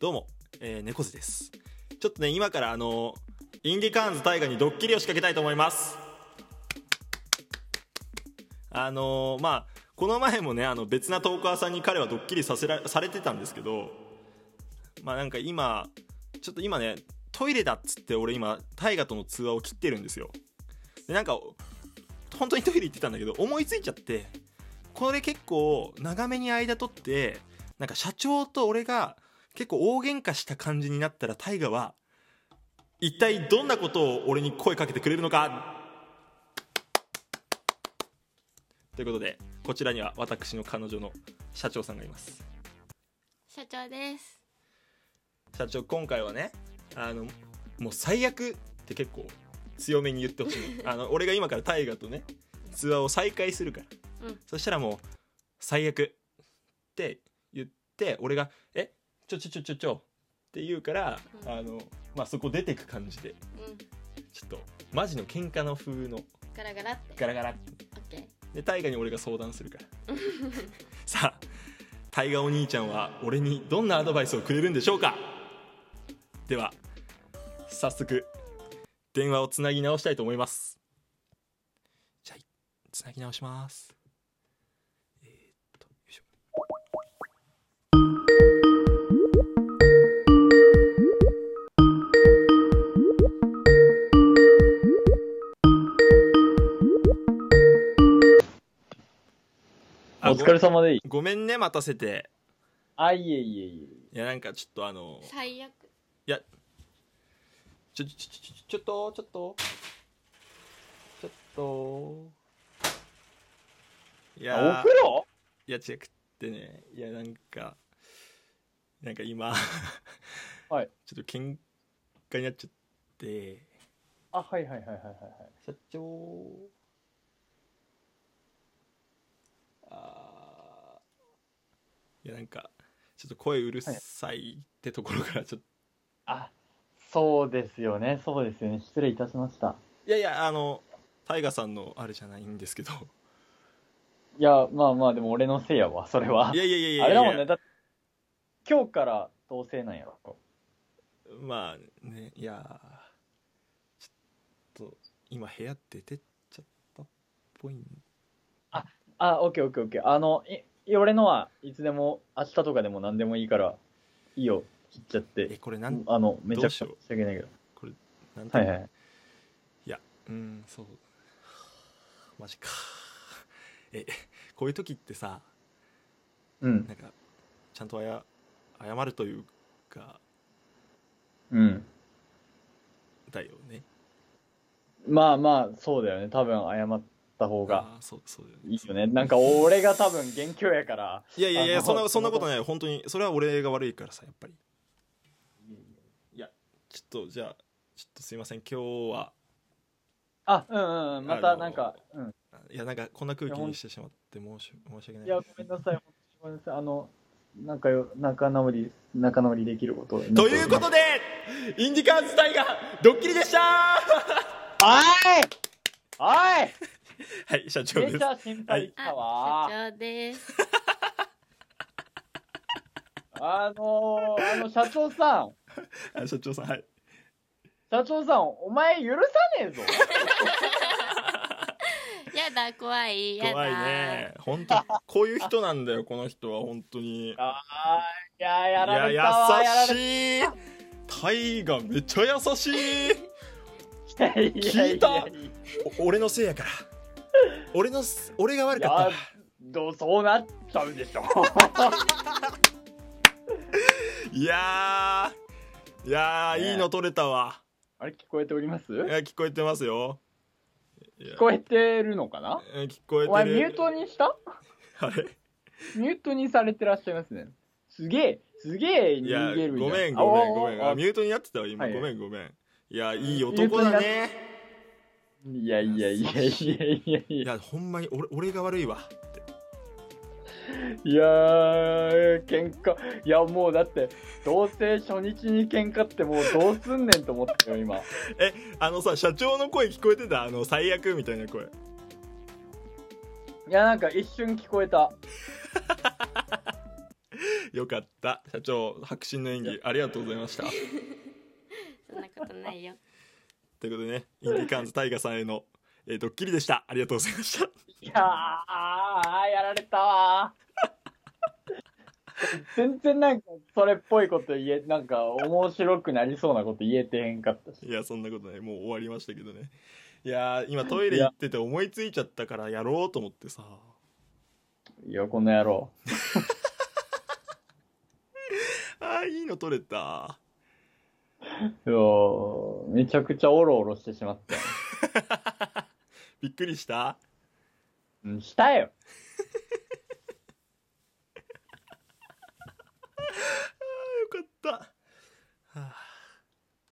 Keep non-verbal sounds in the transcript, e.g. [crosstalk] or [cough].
どうも、えー、猫背ですちょっとね今からあのインディカーンズ大河にドッキリを仕掛けたいと思いますあのーまあこの前もねあの別なトーカーさんに彼はドッキリさせらされてたんですけどまあなんか今ちょっと今ねトイレだっつって俺今大河との通話を切ってるんですよでなんか本当にトイレ行ってたんだけど思いついちゃってこれ結構長めに間取ってなんか社長と俺が結構大喧嘩した感じになったら大河は一体どんなことを俺に声かけてくれるのかということでこちらには私の彼女の社長さんがいます社長です社長今回はねあのもう最悪って結構強めに言 [laughs] ってほしいあの俺が今から大河とね通話を再開するからうんそしたらもう「最悪」って言って俺が「えちょちょちょちょちょ」って言うから、うんあのまあ、そこ出てく感じでうんちょっとマジの喧嘩の風のガラガラってガラガラってオッケーで大河に俺が相談するからさあ大河お兄ちゃんは俺にどんなアドバイスをくれるんでしょうかでは早速電話をつなぎ直したいと思いますじゃあつなぎ直しますえーっとよいしょおあ疲れ様でいい。ごごめんね待たせてあ、いえいえいいやなんかちょっとあの最悪ちょちょちょちょちょっとちょっとちょっといえ。やーあお風呂いや違くってねいやなんかなんか今はいちょっと喧嘩になっちゃってあ、はいはいはいはいはいはい。社長あーいやなんかちょっと声うるさいってところからちょっと、あ、そうですよね、そうですよね。失礼いたしました。い、やいやあのタイガさんのあれじゃないんですけどいや、まあまあ、でも俺のせいやわ、それは。いやいやいやいやあれだもんね、だって、今日から同棲なんやろ。まあねいやーちょっと今部屋出てっちゃったっぽいんあ、オッケーオッケーオッケー。あの、いいや俺のはいつでも、明日とかでも何でもいいから、いいよ、切っちゃってえ。これなんあの、めちゃくちゃどう申し訳ないけど。なんてはいはい。うんそうマジか [laughs] えこういう時ってさうん、なんかちゃんとあや謝るというかうん。だよねまあまあ、そうだよね。多分、謝った方が。あーそうそうだよねいいよね。なんか俺が多分元凶やから。いやいやいあやのそんなそんなことない本当にそれは俺が悪いからさやっぱりちょっとじゃあちょっとすいません今日はあ、うんうんうん。まあたのなんか、うん。いやなんかこんな空気にしてしまって申し申し訳ないいや、ごめんなさい。ごめんなさい。あの、なんかよ、仲直り、仲直りできることを祈っておとりまいすうことでインディカーズ隊がドッキリでした [laughs] はおいい社長おいでめすちゃ心配したわ。社長ですあのー、あの、社長さん、あ社長さんはい社長さん、お前許さねえぞ。やだ怖いやだ怖いね本当こういう人なんだよこの人は本当にああ、いや、やらいれたわ。やらやれ優しいタイがめっちゃ優しいた。いや聞いたややお俺のせいやから俺のす俺が悪かったいやどうそうなっちゃう [laughs] でしょ。いやーいやー、ねいいの取れたわあれ、聞こえておりますい聞や聞こえてますよいやこえてるのかなえ聞こえてるお前ミュートにしたあれミュートにされてらっしゃいますね。すげえ、すげえ逃いげやるじゃん。ごめんあごめんごめんああミュートになってたわ今はいごめんごめんいやいい男だねいやいやいやいやいやいいや。やほんまに俺俺が悪いわいやー、喧嘩。いや、もうだって、同棲初日に喧嘩ってもうどうすんねんと思ったよ、今。あのさ社長の声聞こえてたあの最悪みたいな声いや、なんか一瞬聞こえた。よかった社長迫真の演技ありがとうございましたそんなことないよ。ということでねインディカーンズタイガさんへの、えードッキリでしたありがとうございましたいやー、やられた [laughs] わー。全然なんか、それっぽいこと言え、なんか、面白くなりそうなこと言えてへんかったし。いやそんなことないもう終わりましたけどねいやー今トイレ行ってて思いついちゃったからやろうと思ってさいや、この野郎。あーいいの取れたいやーめちゃくちゃオロオロしてしまった。びっくりしたうん、したよ。あーよかった